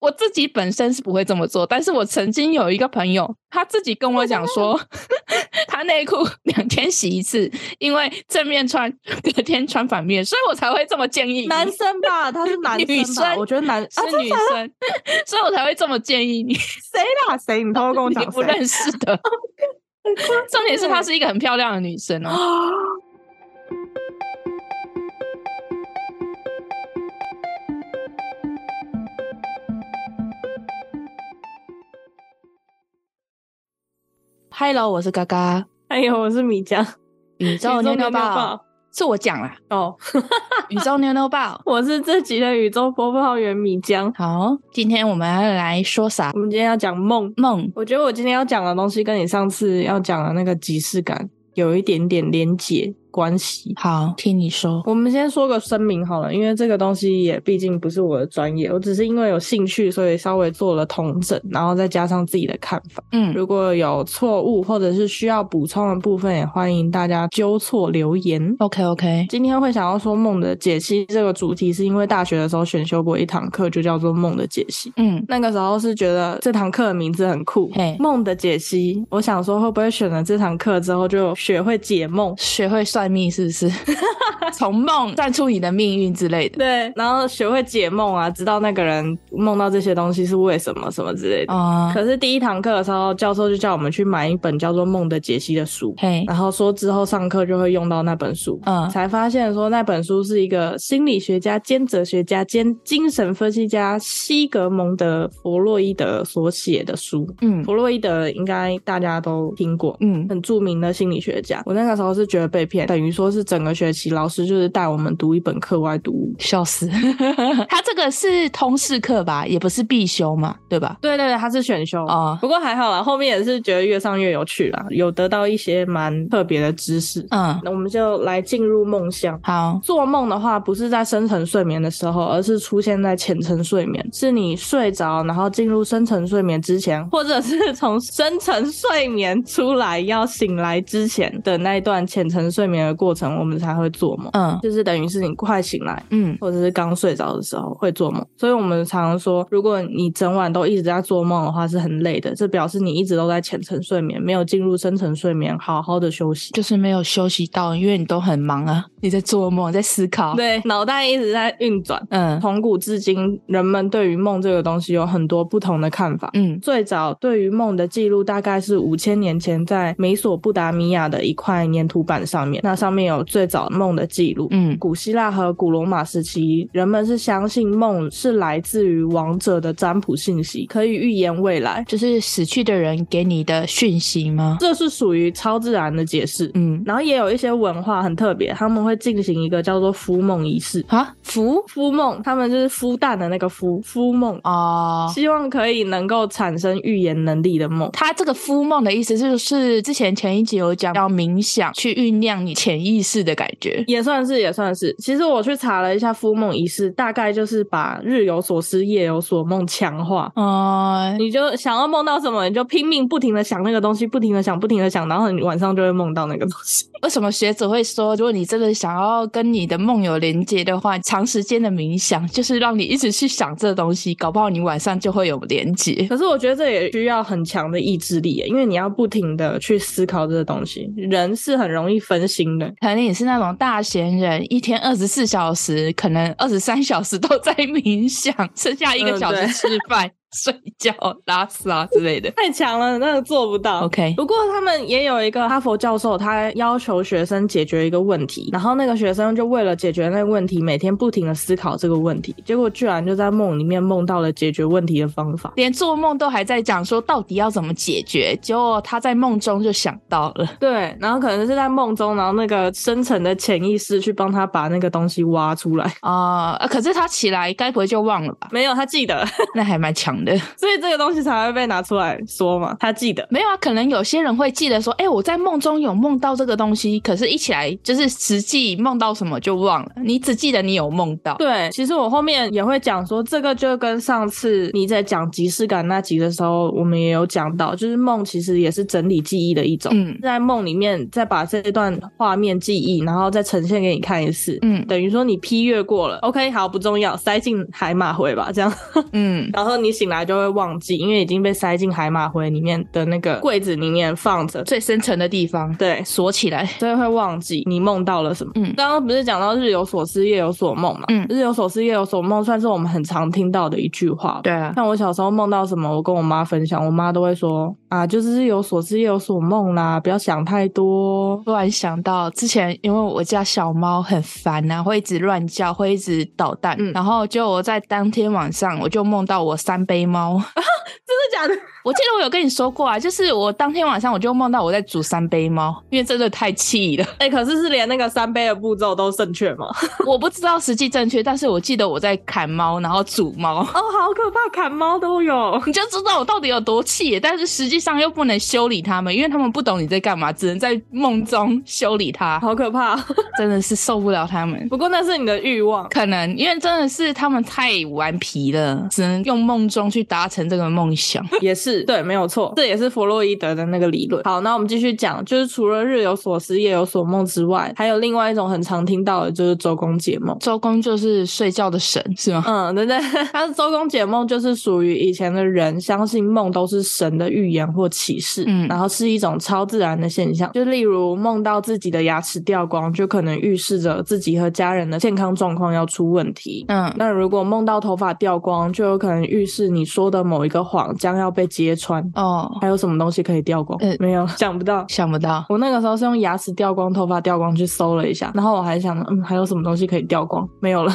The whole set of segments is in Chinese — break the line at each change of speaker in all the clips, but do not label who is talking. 我自己本身是不会这么做，但是我曾经有一个朋友，他自己跟我讲说， 他内裤两天洗一次，因为正面穿，隔天穿反面，所以我才会这么建议你。
男生吧，他是男
女
生吧？
生
我觉得男啊，
是女生，所以我才会这么建议你。
谁啦？谁？你偷偷跟我
你
讲
不
谁？
认识的，重点是她是一个很漂亮的女生哦。
啊！
Hello，我是嘎嘎，
哎呦，我是米酱，
宇宙妞妞报，
报
是我讲 啦，
哦，
宇宙妞妞报。
我是这集的宇宙播报员米江。
好，今天我们要来说啥
我？们今天要讲梦，
梦
我觉得我今天要讲的东西跟你上次要讲的那个即视感有一点点连结关系。
好，听你说。
我们先说个声明好了，因为这个东西也毕竟不是我的专业，我只是因为有兴趣，所以稍微做了统整，然后再加上自己的看法。
嗯，
如果有错误或者是需要补充的部分，也欢迎大家纠错留言。
OK OK，
今天会想要说梦的解析这个主题，是因为大学的时候选修过一堂课，就叫做梦的解析。
嗯，
那个时候是觉得这堂课的名字很酷
嘿，
梦的解析。我想说，会不会选了这堂课之后就学会解梦？
学会算命是不是？从梦算出你的命运之类的。
对，然后学会解梦啊，知道那个人梦到这些东西是为什么什么之类的。
啊、
可是第一堂课的时候，教授就叫我们去买一本叫做《梦的解析》的书，
嘿，
然后说之后上课就会用到那本书。
嗯
才发现说那本书是一个心理学家兼哲学家兼精神分析家西格蒙德·弗洛伊德所写的书。
嗯
弗洛伊德应该大家都听过，
嗯，
很著名的心理学家。我那个时候是觉得被骗，等于说是整个学期老师就是带我们读一本课外读物。
笑死。他这个是通识课吧，也不是必修嘛，对吧？
对对对，他是选修
哦
不过还好啦，后面也是觉得越上越有趣啦，有得到一些蛮特别的知识。
嗯，
那我们就来进入梦乡。
好，
做梦的话，不是在深层睡眠的时候，而是出现在浅层睡眠，是你睡着，然后进入深层睡眠之前，或者是从深层睡眠出来要醒来之前的那一段浅层睡眠的过程，我们才会做梦，
嗯
就是等于是你快醒来。
嗯
或者是刚睡着的时候会做梦，所以我们常常说，如果你整晚都一直在做梦的话，是很累的。这表示你一直都在浅层睡眠，没有进入深层睡眠，好好的休息。
就是没有休息到，因为你都很忙啊，你在做梦，在思考。，
对，脑袋一直在运转。
嗯
从古至今，人们对于梦这个东西有很多不同的看法。
嗯
最早对于梦的记录大概是五千年前在美索不达米亚的一块粘土板上面，那上面有最早梦的记录。
嗯
古希腊和古罗马时期，人们是相信梦是来自于亡者的占卜信息，可以预言未来，
就是死去的人给你的讯息吗？
这是属于超自然的解释。
嗯，
然后也有一些文化很特别，他们会进行一个叫做孵梦仪式。
啊，福
孵梦，他们就是孵蛋的那个孵孵梦，
哦，
希望可以能够产生预言能力的梦。
他这个敷梦的意思就是，之前前一集有讲要冥想，去酝酿你潜意识的感觉。
也算是，也算是。其实我去查了一下孵梦仪式，大概就是把日有所思，夜有所梦强化。
哦、
你就想要梦到什么，你就拼命不停的想那个东西，不停的想，不停的想，然后你晚上就会梦到那个东西。
为什么学者会说，如果你真的想要跟你的梦有连接的话，长时间的冥想就是让你一直去想这东西，搞不好你晚上就会有连接。
可是我觉得这也需要很强的意志力耶，因为你要不停的去思考这个东西。人是很容易分心的，
可能你是那种大闲人，一天二十四小时，可能二十三小时都在冥想，剩下一个
嗯
小时
对
吃饭、 睡觉、拉撒之类的。
太强了，那个做不到。
OK，
不过他们也有一个哈佛教授，他要求学生解决一个问题，然后那个学生就为了解决那个问题，每天不停的思考这个问题，结果居然就在梦里面梦到了解决问题的方法。
连做梦都还在讲说到底要怎么解决，结果他在梦中就想到了。
对，然后可能是在梦中，然后那个深层的潜意识去帮他把那个东西挖出来。
啊、呃可是他起来该不会就忘了吧？
没有，他记得，
那还蛮强的。
所以这个东西才会被拿出来说嘛。他记得，
没有啊，可能有些人会记得说，哎、我在梦中有梦到这个东西，可是一起来就是实际梦到什么就忘了，你只记得你有梦到。
对，其实我后面也会讲说，这个就跟上次你在讲即视感那集的时候，我们也有讲到，就是梦其实也是整理记忆的一种，
嗯
在梦里面再把这段画面记忆，然后再呈现给你看一次。
嗯
等于说你批阅过了，OK，好不重要，塞进海马回吧，这样，
嗯，
然后你醒来就会忘记，因为已经被塞进海马回里面的那个柜子里面放着，
最深层的地方
对，
锁起来。
所以会忘记你梦到了什么。
嗯
刚刚不是讲到日有所思，夜有所梦嘛？
嗯
日有所思，夜有所梦，算是我们很常听到的一句话。
对，啊，
像我小时候梦到什么，我跟我妈分享，我妈都会说啊，就是日有所思，夜有所梦啦，不要想太多。
突然想到之前，因为我家小猫很烦啊，会一直乱叫，会一直捣蛋，
嗯
然后就我在当天晚上我就梦到我三杯猫。
真的假的？
我记得我有跟你说过啊，就是我当天晚上我就梦到我在煮三杯猫，因为真的太气了。
哎、可是是连那个三杯的步骤都正确吗？
我不知道实际正确，但是我记得我在砍猫，然后煮猫，
哦，好可怕，砍猫都有。
你就知道我到底有多气。但是实际上又不能修理它们，因为它们不懂你在干嘛，只能在梦中修理它，
好可怕，
真的是受不了它们。
不过那是你的欲望。
可能因为真的是它们太顽皮了，只能用梦中去达成这个梦 想。
也是对，没有错，这也是弗洛伊德的那个理论。好，那我们继续讲，就是除了日有所思，夜有所梦之外，还有另外一种很常听到的，就是周公解梦。
周公就是睡觉的神，是吗？
嗯，对对，他是周公解梦，就是属于以前的人相信梦都是神的预言或启示，
嗯
然后是一种超自然的现象。就例如梦到自己的牙齿掉光，就可能预示着自己和家人的健康状况要出问题。
嗯
那如果梦到头发掉光，就有可能预示你说的某一个谎将要被揭穿。
哦，
还有什么东西可以掉光？
呃
没有， 想不到。
想不到。
我那个时候是用牙齿掉光、头发掉光去搜了一下，然后我还想，嗯，还有什么东西可以掉光？没有了。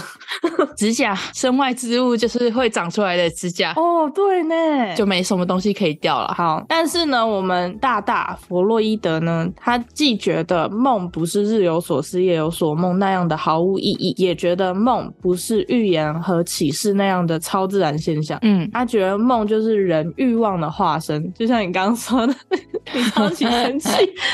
指甲，身外之物就是会长出来的指甲，
哦，对呢，
就没什么东西可以掉了。
好。但是呢，我们大大弗洛伊德呢，他既觉得梦不是日有所思夜有所梦那样的毫无意义，也觉得梦不是预言和启示那样的超自然现象。
嗯，
他觉得梦就是人欲望的化身，就像你刚刚说的，你超级生 气，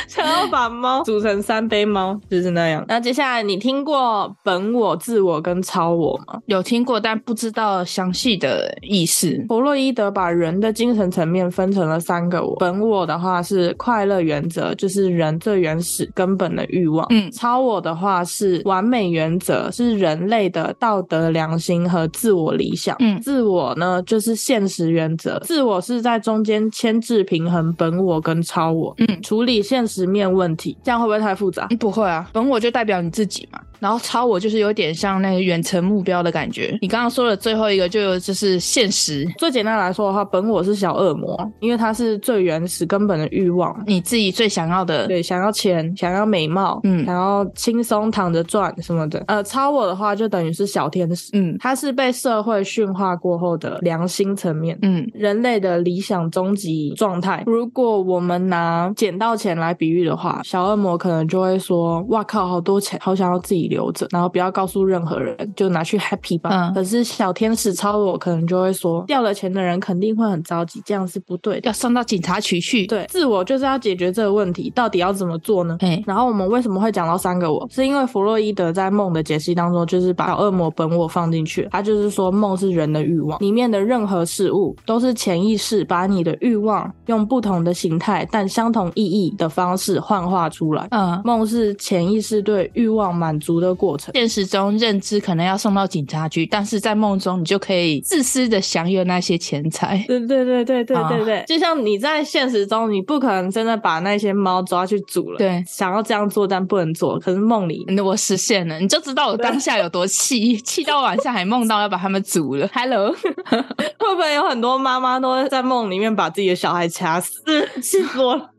想要把猫煮成三杯猫，就是那样。那接下来你听过本我、自我跟超我吗？
嗯有听过，但不知道详细的意思。
弗洛伊德把人的精神层面分成了三个我，本我的话是快乐原则，就是人最原始根本的欲望。
嗯
超我的话是完美原则，是人类的道德良心和自我理想。
嗯
自我呢就是现实原则，自我是在中间牵制平衡本我跟超我，
嗯
处理现实面问题，这样会不会太复杂？
不会啊，本我就代表你自己嘛，然后超我就是有点像那个远程目标的感觉。你刚刚说的最后一个就有就是现实，
最简单来说的话，本我是小恶魔，因为它是最原始根本的欲望。
你自己最想要的。
对，想要钱，想要美貌，
嗯
嗯，想要轻松躺着赚什么的。呃，超我的话就等于是小天使，
嗯
他是被社会驯化过后的良心层面。
嗯
人类的理想终极状态，如果我们拿捡到钱来比喻的话，小恶魔可能就会说：“哇靠，好多钱，好想要自己留着，然后不要告诉任何人，就拿去 happy 吧。
嗯
可是小天使超我可能就会说：“掉了钱的人肯定会很着急，这样是不对的。”
要送到警察局去。，
对，自我就是要解决这个问题，到底要怎么做呢？
哎，
然后我们为什么会讲到三个我？是因为弗洛伊德在梦的解析当中，就是把小恶魔本我放进去，他就是说梦是人的欲望，里面的任何事物都是潜意识把你的欲望用不同的形态但相同意义的方式幻化出来。
嗯，
梦是潜意识对欲望满足的过程。
现实中认知可能要送到警察局，但是在梦中你就可以自私的享有那些钱财。
对对对对对
啊
对对，就像你在现实中，你不可能真的把那些猫抓去煮了，
对
想要这样做但不能做，可是梦里
嗯我实现了，你就知道我当下有多气，气到晚上还梦到要把他们煮了。Hello，
会不会有很多妈妈都会在梦里面把自己的小孩掐死？气死我了！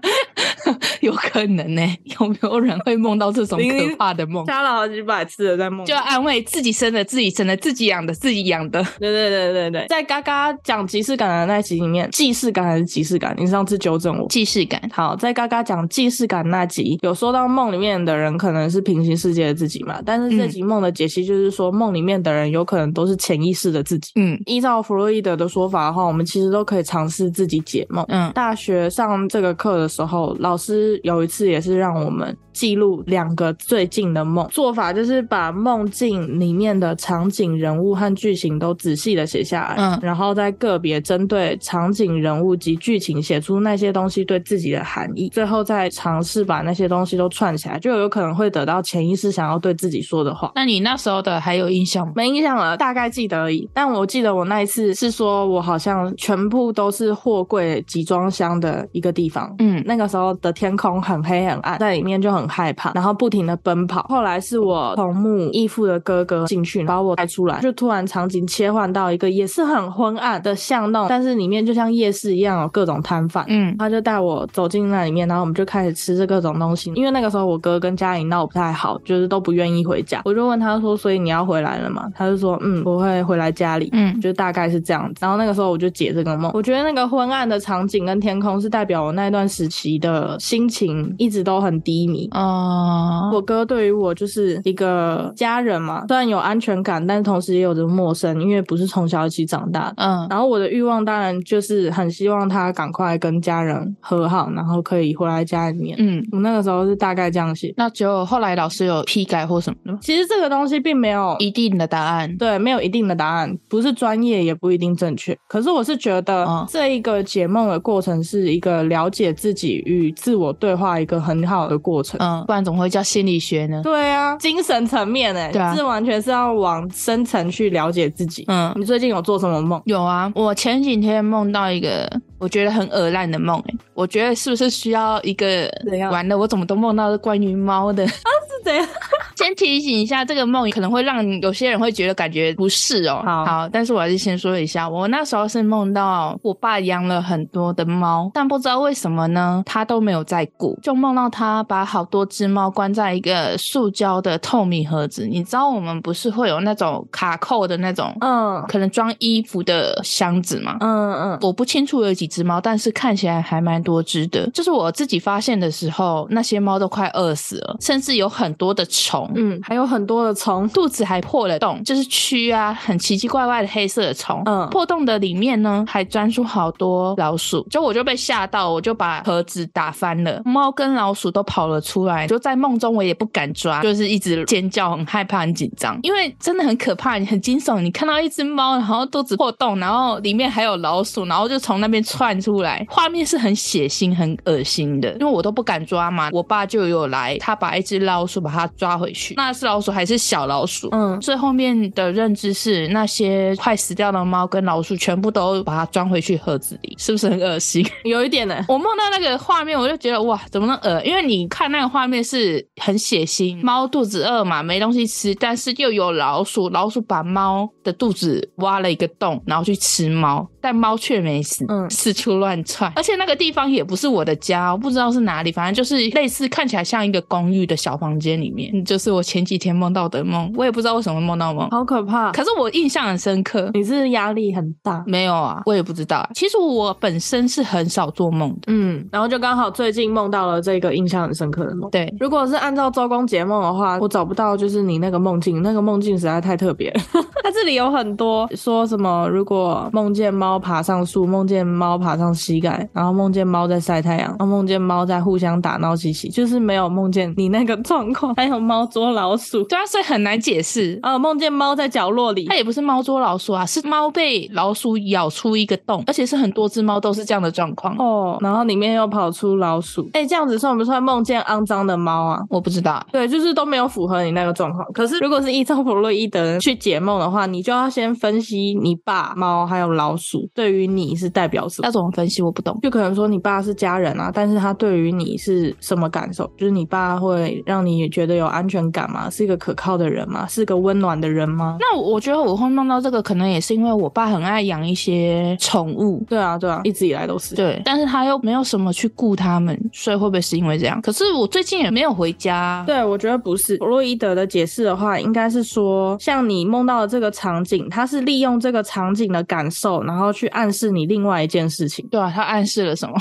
有可能呢、有没有人会梦到这种
明明
可怕的梦？
加了好几百次了，在梦里。
就啊安慰自己生的，自己生的，自己养的，自己养的。
对对对对对，在嘎嘎讲即视感的那集里面，既视感还是即视感？你上次纠正我。
既视感，
好，在嘎嘎讲既视感那集，有说到梦里面的人可能是平行世界的自己嘛，但是这集梦的解析就是说，梦里面的人有可能都是潜意识的自己。
嗯
依照弗洛伊德的说法的话，我们其实都可以尝试自己解梦。
嗯
大学上这个课的时候，老师有一次也是让我们记录两个最近的梦，做法就是把梦境里面的场景、人物和剧情都仔细的写下来，
嗯
然后再个别针对场景、人物及剧情写出那些东西对自己的含义，最后再尝试把那些东西都串起来，就有可能会得到潜意识想要对自己说的话。
那你那时候的还有印象吗？
没印象了，大概记得而已。但我记得我那一次是说，我好像全部都是货柜集装箱的一个地方。
嗯
那个时候的天空很黑很暗，在里面就很害怕，然后不停的奔跑。后来是我同母异父的哥哥进去，把我带出来，就突然场景切换到一个也是很昏暗的巷弄，但是里面就像夜市一样有各种摊贩。
嗯
他就带我走进那里面，然后我们就开始吃这各种东西。因为那个时候我哥跟家里闹不太好，就是都不愿意回家。我就问他说：“所以你要回来了吗？”他就说：“嗯，我会回来家里。”
嗯
就大概是这样子。然后那个时候我就解这个梦，我觉得那个昏暗的场景跟天空是代表我那段时期的心情一直都很低迷。
哦，
我哥对于我就是一个家人嘛，虽然有安全感，但同时也有着陌生，因为不是从小一起长大的。
嗯
然后我的欲望当然就是很希望他赶快跟家人和好，然后可以回来家里面。
嗯，
我那个时候是大概这样写。
那就后来老师有批改或什么的吗？
其实这个东西并没有
一定的答案。
对，没有一定的答案，不是专业也不一定正确。可是我是觉得
嗯
这一个解梦的过程是一个了解自己与自我对话一个很好的过程。
嗯，不然怎么会叫心理学呢？
对啊，精神层面诶、
对啊
这完全是要往深层去了解自己。
嗯，
你最近有做什么梦？
有啊，我前几天梦到一个我觉得很恶烂的梦、欸，我觉得是不是需要一个
怎样
完了，我怎么都梦到是关于猫的。
是怎样？
先提醒一下，这个梦可能会让有些人会觉得感觉不适哦。
好
但是我还是先说一下，我那时候是梦到我爸养了很多的猫，但不知道为什么呢，他都没有在顾，就梦到他把好多只猫关在一个塑胶的透明盒子。你知道我们不是会有那种卡扣的那种，
嗯
可能装衣服的箱子吗？
嗯嗯，
我不清楚有几只猫，但是看起来还蛮多只的。就是我自己发现的时候，那些猫都快饿死了，甚至有很多的虫，
嗯，还有很多的虫。
肚子还破了洞，就是蛆啊，很奇奇怪怪的黑色的虫。
嗯
破洞的里面呢，还钻出好多老鼠，就我就被吓到，我就把盒子打翻了，猫跟老鼠都跑了出来。就在梦中，我也不敢抓，就是一直尖叫，很害怕，很紧张，因为真的很可怕，你很惊悚。你看到一只猫，然后肚子破洞，然后里面还有老鼠，然后就从那边窜出来，画面是很血腥、很恶心的，因为我都不敢抓嘛。我爸就有来，他把一只老鼠把它抓回去，那只老鼠还是小老鼠，
嗯
最后面的认知是，那些快死掉的猫跟老鼠全部都把它装回去盒子里，是不是很恶心？
有一点欸呢、
我梦到那个画面，我就觉得哇，怎么那么恶？因为你看那个画面是很血腥，猫肚子饿嘛，没东西吃，但是又有老鼠，老鼠把猫的肚子挖了一个洞，然后去吃猫，但猫却没死，
嗯
四处乱窜。而且那个地方也不是我的家，我不知道是哪里，反正就是类似看起来像一个公寓的小房间里面，嗯就是我前几天梦到的梦，我也不知道为什么梦到梦，
好可怕！
可是我印象很深刻。
你是压力很大，
没有啊，我也不知道啊。其实我本身是很少做梦的，
嗯，然后就刚好最近梦到了这个印象很深刻的梦。
对，
如果是按照周公解梦的话，我找不到就是你那个梦境，那个梦境实在太特别了。 它这里有很多说什么，如果梦见猫爬上树，梦见猫爬上膝盖，然后梦见猫在晒太阳，然后梦见猫在互相打闹嬉戏，就是没有梦见你那个状况。还有猫捉老鼠，
对啊，所以很难解释。
啊，梦见猫在角落里
它，也不是猫捉老鼠啊，是猫被老鼠咬出一个洞，而且是很多只猫都是这样的状况。
哦，然后里面又跑出老鼠，哎、这样子算不算梦见肮脏的猫啊？
我不知道，
对，就是都没有符合你那个状况。可是如果是依照弗洛伊德去解梦的话，你就要先分析你爸、猫还有老鼠对于你是代表什么
要。怎么分析我不懂。
就可能说你爸是家人啊，但是他对于你是什么感受？就是你爸会让你觉得有安全情感吗？是一个可靠的人吗？是个温暖的人吗？
那我我觉得我会梦到这个，可能也是因为我爸很爱养一些宠物，
对啊，对啊，一直以来都是。
对，但是他又没有什么去顾他们，所以会不会是因为这样？可是我最近也没有回家啊，
对，我觉得不是。弗洛伊德的解释的话，应该是说，像你梦到的这个场景，它是利用这个场景的感受，然后去暗示你另外一件事情。
对啊，他暗示了什么？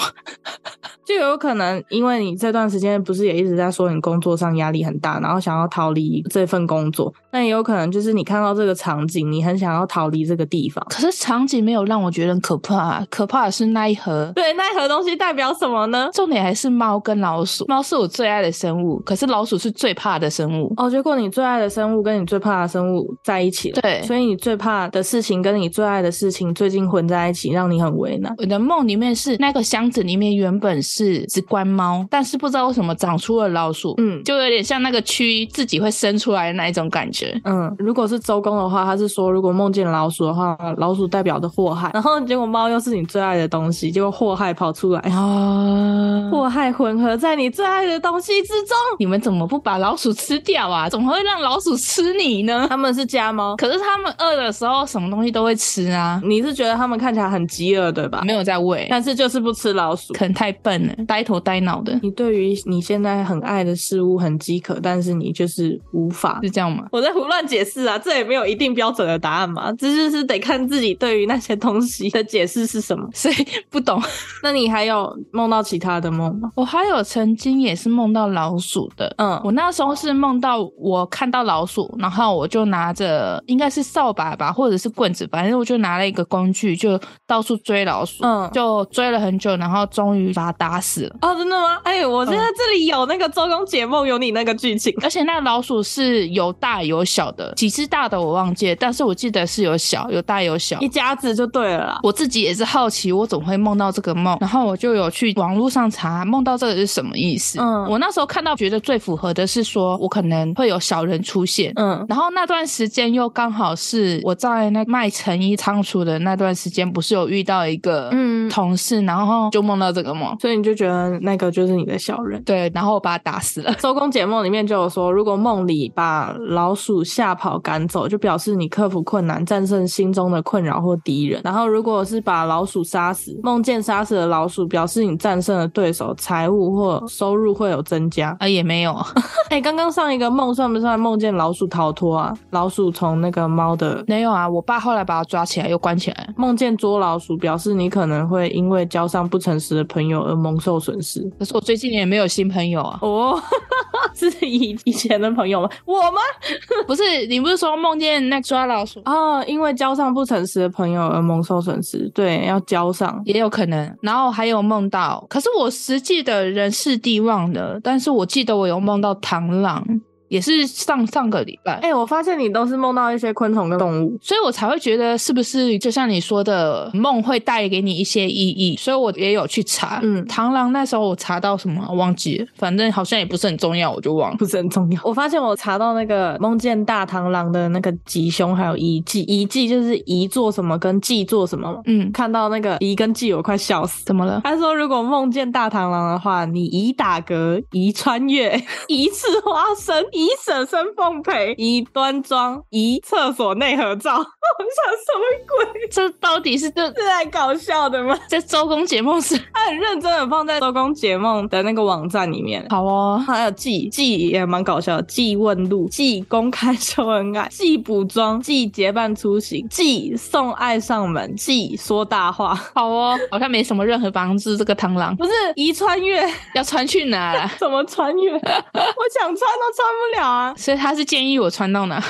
就有可能，因为你这段时间不是也一直在说你工作上压力很大，然后想要逃离这份工作，那也有可能就是你看到这个场景，你很想要逃离这个地方。
可是场景没有让我觉得很可怕、啊，可怕的是那一盒。
对，那一盒东西代表什么呢？
重点还是猫跟老鼠，猫是我最爱的生物，可是老鼠是最怕的生物。
哦，结果你最爱的生物跟你最怕的生物在一起了，
对
所以你最怕的事情跟你最爱的事情最近混在一起，让你很为难。
我的梦里面是那个箱子里面原本是只关猫，但是不知道为什么长出了老鼠，
嗯
就有点像那个蛆自己会生出来的那一种感觉。
嗯，如果是周公的话，他是说如果梦见老鼠的话，老鼠代表的祸害，然后结果猫又是你最爱的东西，结果祸害跑出来，
啊！
祸害混合在你最爱的东西之中。
你们怎么不把老鼠吃掉啊？怎么会让老鼠吃你呢？
他们是家猫，
可是它们饿的时候，什么东西都会吃啊，
你是觉得他们看起来很饥饿，对吧？
没有在喂，
但是就是不吃老鼠。
可能太笨了，呆头呆脑的，
你对于你现在很爱的事物很饥渴，但是你就是无法。
是这样吗？
我在胡乱解释啊，这也没有一定标准的答案嘛，这就是得看自己对于那些东西的解释是什么。
所以不懂。
那你还有梦到其他的梦吗？
我还有曾经也是梦到老鼠的，
嗯，
我那时候是梦到我看到老鼠，然后我就拿着应该是扫把吧，或者是棍子，反正我就拿了一个工具，就到处追老鼠，
嗯
就追了很久，然后终于把它打死了。
哦，真的吗？哎、我
现在
这里有那个周公解梦，有你那个剧情。
而且那个老鼠是有大有小的，几只大的我忘记了，但是我记得是有小，有大有小
一。家子就对了啦。
我自己也是好奇，我总会梦到这个梦，然后我就有去网络上查梦到这个是什么意思。
嗯
我那时候看到觉得最符合的是说，我可能会有小人出现，
嗯
然后那段时间又刚好是我在那卖成衣仓储的那段时间，不是有遇到一个
嗯，
同事，然后就梦到这个梦，
所以你就觉得那个就是你的小人。
对，然后我把他打死了。
周公解梦里面就有说，如果梦里把老鼠吓跑、赶走，就表示你克服困难、战胜心中的困扰或敌人。然后，如果是把老鼠杀死，梦见杀死了老鼠，表示你战胜了对手，财务或收入会有增加。
啊， 也没有，
哎、刚刚上一个梦算不算梦见老鼠逃脱啊？老鼠从那个猫的
没有啊！我爸后来把他抓起来，又关起来了。
梦见捉老鼠，表示你可能会因为交上不诚实的朋友而蒙受损失。。
可是我最近也没有新朋友啊
哦， 是以以前的朋友吗？我吗？
不是，你不是说梦见那抓老鼠，
哦，因为交上不诚实的朋友而蒙受损失，对，要交上。
也有可能。然后还有梦到，可是我实际的人事地忘了，但是我记得我有梦到螳螂，也是上上个礼拜。
哎、我发现你都是梦到一些昆虫跟动物，
所以我才会觉得是不是就像你说的，梦会带给你一些意义。所以我也有去查，
嗯
螳螂那时候我查到什么啊忘记了，反正好像也不是很重要，我就忘了。
不是很重要。我发现我查到那个梦见大螳螂的那个吉凶，还有遗迹，遗迹就是遗做什么跟记做什么嘛。
嗯，
看到那个遗跟记，我快笑死。
怎么了？
他说，如果梦见大螳螂的话，你宜打嗝，宜穿越， 宜吃花生，宜舍身奉陪，宜端庄，宜厕所内合照。 我想什么鬼？
这到底是这
是在搞笑的吗？
这周公解梦是
他很认真的放在周公解梦的那个网站里面。
好哦。
还有记记也蛮搞笑的，记问路，记公开 秀恩爱，记补妆，记结伴出行，记送爱上门，记说大话，
好哦，好像没什么任何帮助。这个螳螂
不是宜穿越，
要穿去哪啊啦？
怎么穿越？ 我想穿都穿不了啊！
所以他是建议我穿到哪？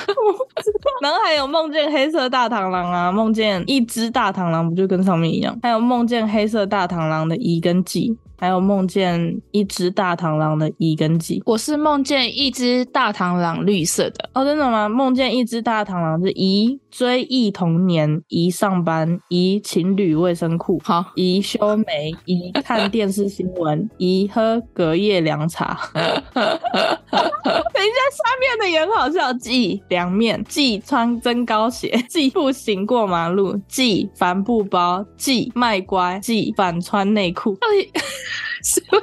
然后还有梦见黑色大螳螂啊，梦见一只大螳螂，不就跟上面一样？还有梦见黑色大螳螂的乙跟己，还有梦见一只大螳螂的乙跟己。
我是梦见一只大螳螂，绿色的。
哦，真的吗？梦见一只大螳螂是乙追忆童年，乙上班，乙情侣卫生裤。
好，
宜修眉，宜看电视新闻，宜喝隔夜凉茶。等一下，下面的也很好笑，记凉面，记穿增高鞋，记步行过马路，记帆布包，记卖乖，记反穿内裤。
到底是不是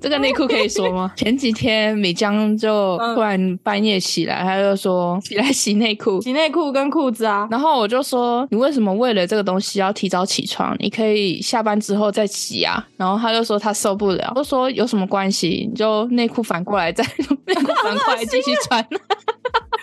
这个内裤可以说吗？前几天米江就
嗯
突然半夜起来，他就说起来洗内裤，
洗内裤跟裤子啊，
然后我就说你为什么为了这个东西要提早起床？你可以下班之后再洗啊。然后他就说他受不了，我说有什么关系？你就内裤反过来再 内裤反过来继续穿。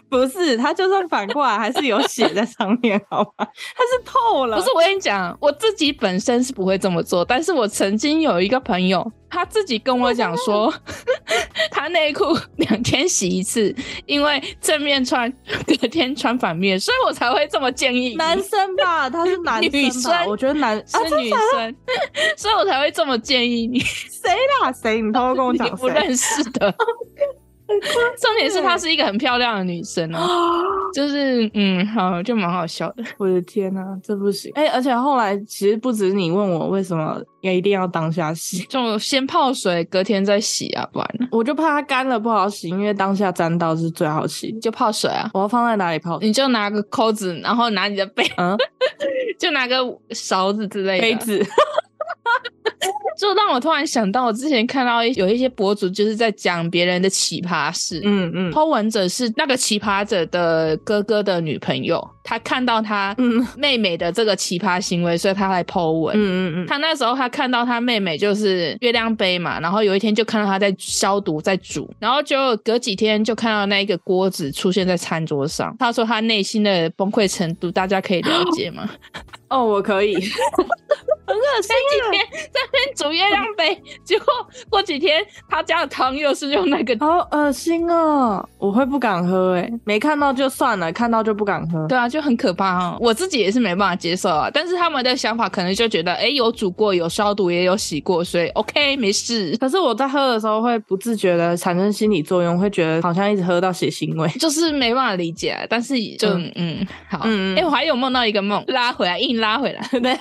不是，它就算反过来还是有血在上面，好吧？它是透了，
不是，我跟你讲，我自己本身是不会这么做，但是我曾经有一个朋友，他自己跟我讲说， 他内裤两天洗一次，因为正面穿，隔天穿反面，所以我才会这么建议你
男生吧？他是 男
女
生吧？
生
我觉得男啊，
是女生，所以我才会这么建议你，
谁啦？谁？你偷偷跟我
你
讲
不
谁？
认识
哦
的。重点是她是一个很漂亮的女生哦，就是嗯，好，就蛮好笑的。
我的天呐、这不行！哎、而且后来其实不止你问我为什么也一定要当下洗，
就先泡水，隔天再洗啊，不然呢
我就怕它干了不好洗，因为当下沾到是最好洗的。
就泡水啊。
我要放在哪里泡？
你就拿个扣子，然后拿你的杯，
嗯，
就拿个勺子之类的
杯，子。
就让我突然想到，我之前看到有一些博主就是在讲别人的奇葩事。
嗯嗯
偷文者是那个奇葩者的哥哥的女朋友，他看到他
嗯
妹妹的这个奇葩行为，所以他来偷文。
嗯嗯嗯，
他那时候他看到他妹妹就是月亮杯嘛，然后有一天就看到他在消毒在煮，然后就隔几天就看到那一个锅子出现在餐桌上。他说他内心的崩溃程度，大家可以了解吗？
哦，我可以，很恶心
前 几天啊在那边煮月亮杯， 结果过几天他家的汤又是用那个。
好恶心哦！我会不敢喝哎、没看到就算了，看到就不敢 喝。
对啊，就很可怕哦。我自己也是没办法接受啊，但是他们的想法可能就觉得，哎，有煮过，有消毒，也有洗过，所以 OK 没事。
可是我在喝的时候会不自觉的产生心理作用，会觉得好像一直喝到血腥味。
就是没办法理解啊，但是就嗯
嗯
好，哎、
嗯嗯
我还有梦到一个梦，拉回来，硬拉回 来。
对，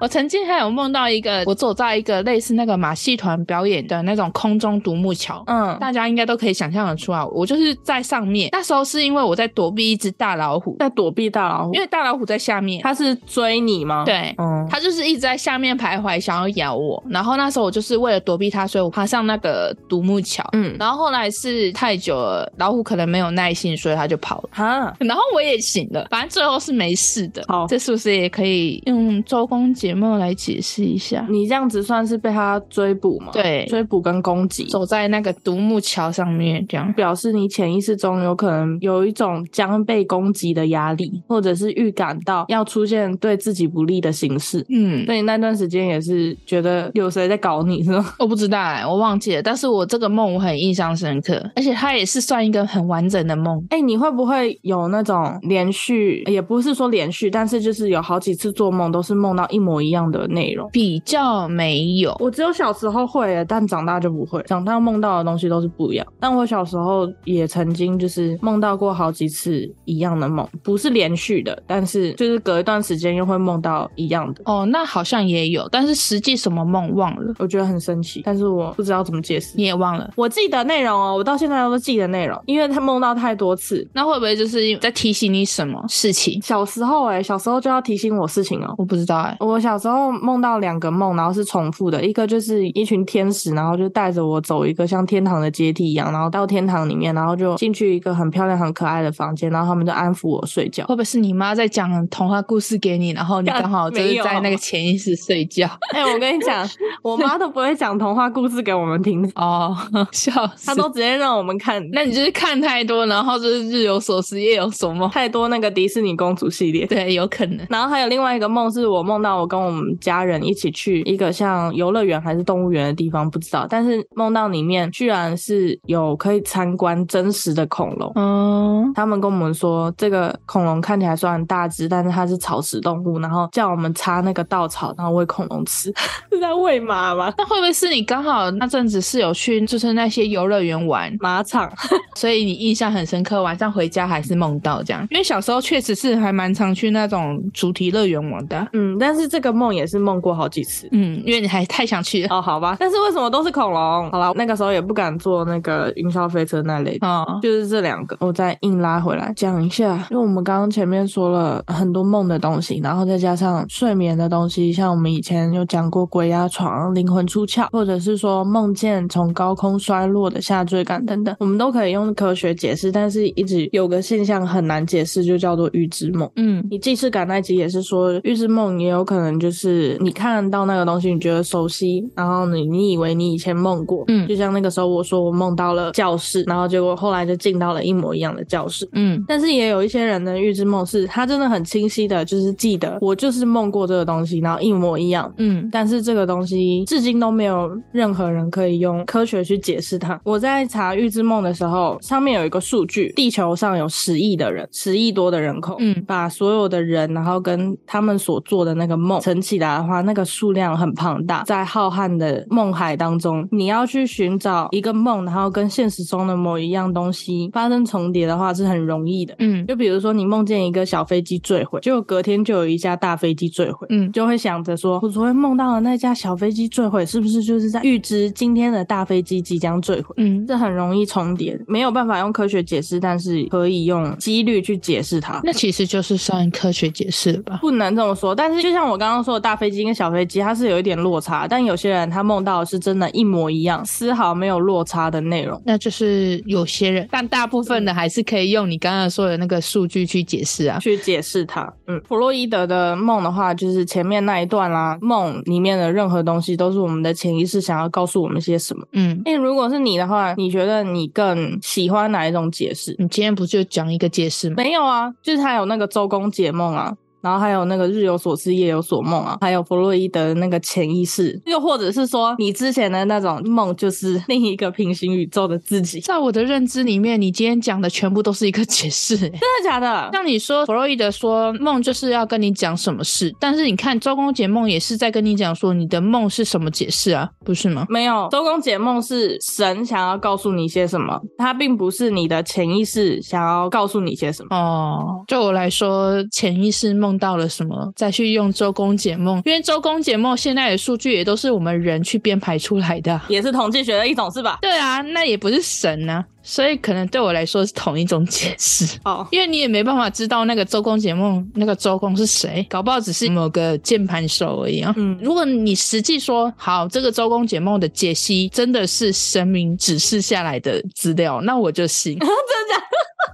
我曾经还有梦到一个，我走在一个类似那个马戏团表演的那种空中独木桥，
嗯，
大家应该都可以想象得出来，啊我就是在上面。那时候是因为我在躲避一只大老虎，
在躲避大老虎
因，为大老虎在下面，它
他是追你吗？，
对。
嗯，
它就是一直在下面徘徊，想要咬我。然后那时候我就是为了躲避它，所以我爬上那个独木桥。
嗯，
然后后来是太久了，老虎可能没有耐性，所以它就跑了。
哈，
然后我也醒了，反正最后是没事的。
好
这是不是也可以用周公解梦来解释一下？
你这样子算是被他追捕吗？
对
追捕跟攻击，
走在那个独木桥上面，这样
表示你潜意识中有可能有一种将被攻击的压力，或者是预感到要出现对自己不利的形式。
嗯，
所以那段时间也是觉得有谁在搞你是吗？
我不知道哎、我忘记了。但是我这个梦我很印象深刻，而且它也是算一个很完整的梦。
哎、你会不会有那种连续，也不是说连续，但是就是有好几次做梦都是梦到一模一样的内容？
比较没有，
我只有小时候会耶，但长大就不会。长大梦到的东西都是不一样。但我小时候也曾经就是梦到过好几次一样的梦，不是连续的，但是就是隔一段时间又会梦到一样的。
哦，那好像也有，但是实际什么梦忘了，
我觉得很神奇，但是我不知道怎么解释
你。也忘了。
我记得内容哦，我到现在都记得内容，因为他梦到太多次。
那会不会就是在提醒你什么事情？
小时候哎、小时候就要提醒我事情哦。
我不知道哎、
我小时候梦到两个梦，然后是重复的，一个就是一群天使，然后就带着我走一个像天堂的阶梯一样，然后到天堂里面，然后就进去一个很漂亮、很可爱的房间，然后他们就安抚我睡觉。
会不会是你妈在讲童话故事给你，然后你
干
刚好就是
没有
在那个潜意识睡觉？
哎、我跟你讲，我妈都不会讲童话故事给我们听的，
哦， 笑死！
她都直接让我们看
那你就是看太多，然后就是日有所思，夜有所梦。
太多那个迪士尼公主系列。
对，有可能。
然后还有另外一个梦，是我梦到我跟我们家人一起去一个像游乐园还是动物园的地方，不知道。但是梦到里面居然是有可以参观真实的恐龙。
嗯，
他们跟我们说，这个恐龙看起来虽然大只，但是它是草食动物，然后叫我们插那个稻草，然后喂恐龙吃， 是在喂马吗？
那会不会是你刚好那阵子是有去就是那些游乐园玩，
马场，
所以你印象很深刻，晚上回家还是梦到这样？因为小时候确实是还蛮常去那种主题乐园玩的啊。
嗯，但是这个梦也是梦过好几次。
嗯，因为你还太想去了。
哦，好吧，但是为什么都是恐龙？好了，那个时候也不敢坐那个云霄飞车那类 的，
哦，
就是这两个，我再硬拉回来讲一下，因为我们刚刚前面说了很多梦的东西，然后再加上睡眠的东西，像我们以前有讲过鬼压床、灵魂出窍，或者是说梦见从高空摔落的下坠感等等，我们都可以用科学解释，但是一直有个现象很难解释，就叫做预知梦。
嗯，
你既视感那集也是说，预知梦也有可能就是你看到那个东西，你觉得熟悉，然后你你以为你以前梦过，
嗯
就像那个时候我说我梦到了教室，然后结果后来就进到了一模一样的教室。
嗯，
但是也有一些人的预知梦是，他真的很清晰的，就是记得我就是梦过这个东西，然后一模一样。
嗯，
但是这个东西至今都没有任何人可以用科学去解释它。我在查预知梦的时候，上面有一个数据，地球上有十亿的人，十亿多的人口，
嗯
把所有的人，然后跟他们所做的那个梦乘起来的话，那个数量很庞大，在浩瀚的梦海当中，你要去寻找一个梦，然后跟现实中的某一样东西发生重叠的话，是很容易的。
嗯，
就比如说，你梦见一个小飞机坠毁，结果隔天就有一架大飞机坠毁，
嗯
就会想着说，我昨天梦到的那架小飞机坠毁，是不是就是在预知今天的大飞机即将坠毁？
嗯，
这很容易重叠，没有办法用科学解释，但是可以用几率去解释它。
那其实就是算科学解释了吧？
不能这么说，但是就像我刚刚说的，大飞机跟小飞机它是有一点落差，但有些人他梦到的是真的一模一样，丝毫没有落差的内容。
那就是有些人，但大部分的还是可以用你刚刚说的那个数据去解释啊。
去解释它。嗯，弗洛伊德的梦的话，就是前面那一段啦、梦里面的任何东西都是我们的潜意识想要告诉我们些什么。
嗯，
哎，如果是你的话，你觉得你更喜欢哪一种解释？
你今天不就讲一个解释吗？
没有啊，就是还有那个周公解梦啊。然后还有那个日有所思夜有所梦啊，还有弗洛伊德的那个潜意识，又或者是说你之前的那种梦，就是另一个平行宇宙的自己，真
在我的认知里面，你今天讲的全部都是一个解释、欸。
的假的？
像你说，弗洛伊德说梦就是要跟你讲什么事，但是你看周公解梦也是在跟你讲说你的梦是什么解释啊，不是吗？
没有，周公解梦是神想要告诉你些什么，它并不是你的潜意识想要告诉你些什么。
哦，对我来说，潜意识梦到了什么，再去用周公解梦，因为周公解梦现在的数据也都是我们人去编排出来的啊、
也是统计学的一种，是吧？
对啊，那也不是神呐、所以可能对我来说是同一种解释。
哦，
因为你也没办法知道那个周公解梦那个周公是谁，搞不好只是某个键盘手而已啊。
嗯
如果你实际说好，这个周公解梦的解析真的是神明指示下来的资料，那我就信。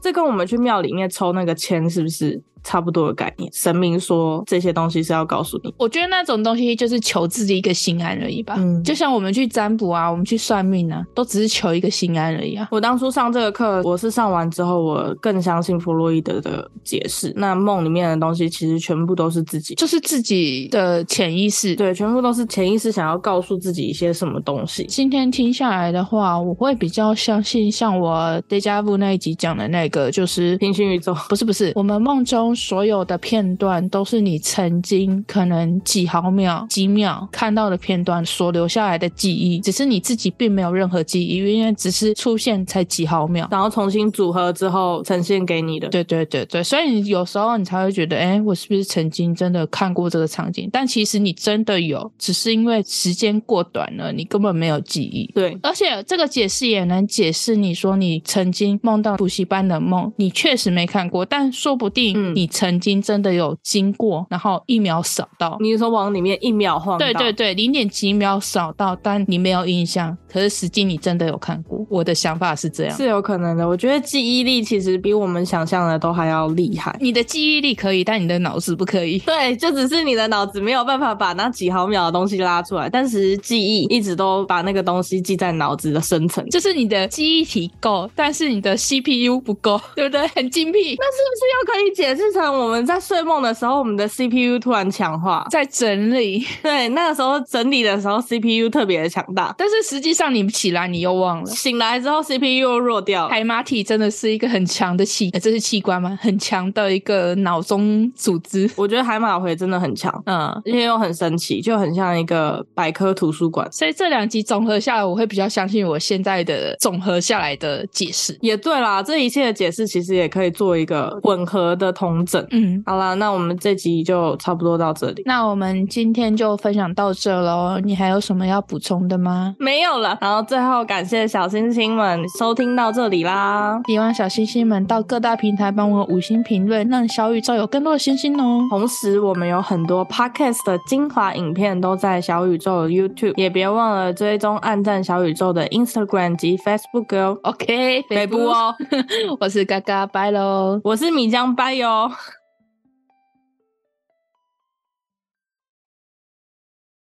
这跟我们去庙里面抽那个签是不是差不多的概念？神明说这些东西是要告诉你，
我觉得那种东西就是求自己一个心安而已吧。
嗯
就像我们去占卜啊，我们去算命啊，都只是求一个心安而已啊。
我当初上这个课，我是上完之后，我更相信弗洛伊德的解释。那梦里面的东西其实全部都是自己，
就是自己的潜意识。
对，全部都是潜意识想要告诉自己一些什么东西。
今天听下来的话，我会比较相信像我 Deja Vu 那一集讲的那个，就是
平行宇宙，
不是不是，我们梦中所有的片段都是你曾经可能几毫秒、几秒看到的片段所留下来的记忆，只是你自己并没有任何记忆，因为只是出现才几毫秒。
然后重新组合之后呈现给你的。
对对对对，所以你有时候你才会觉得，哎，我是不是曾经真的看过这个场景？但其实你真的有，只是因为时间过短了，你根本没有记忆。
对，
而且这个解释也能解释你说你曾经梦到补习班的梦，你确实没看过，但说不定
嗯
你曾经真的有经过，然后一秒扫到。
你是说往里面一秒晃
对
荡，
对对，零点几秒扫到，但你没有印象，可是实际你真的有看过。我的想法是这样，
是有可能的。我觉得记忆力其实比我们想象的都还要厉害。
你的记忆力可以，但你的脑子不可以。
对，就只是你的脑子没有办法把那几毫秒的东西拉出来，但其实记忆一直都把那个东西记在脑子的深层。
就是你的记忆体够，但是你的 CPU 不够，对不对？很精辟。
那是不是又可以解释成我们在睡梦的时候，我们的 CPU 突然强化？
在整理，
对，那个时候整理的时候 CPU 特别的强大，
但是实际上你起来你又忘了。
醒来之后 CPU 又弱掉了。
海马体真的是一个很强的器，呃这是器官吗？很强的一个脑中组织。
我觉得海马回真的很强，
嗯，
而且又很神奇，就很像一个百科图书馆。
所以这两集总合下来，我会比较相信我现在的总合下来的解释。
也对啦，这一切的解释其实也可以做一个混合的统通症。
嗯，
好啦，那我们这集就差不多到这里，
那我们今天就分享到这喽。你还有什么要补充的吗？
没有了。然后最后感谢小星星们收听到这里啦，
希望小星星们到各大平台帮我五星评论，让小宇宙有更多的星星哦。
同时，我们有很多 podcast 的精华影片都在小宇宙的 YouTube，也别忘了追踪、暗赞小宇宙的 Instagram 及 Facebook 哦。
OK，
北部，哦，
我是嘎嘎，拜喽。
我是米江拜哟。哦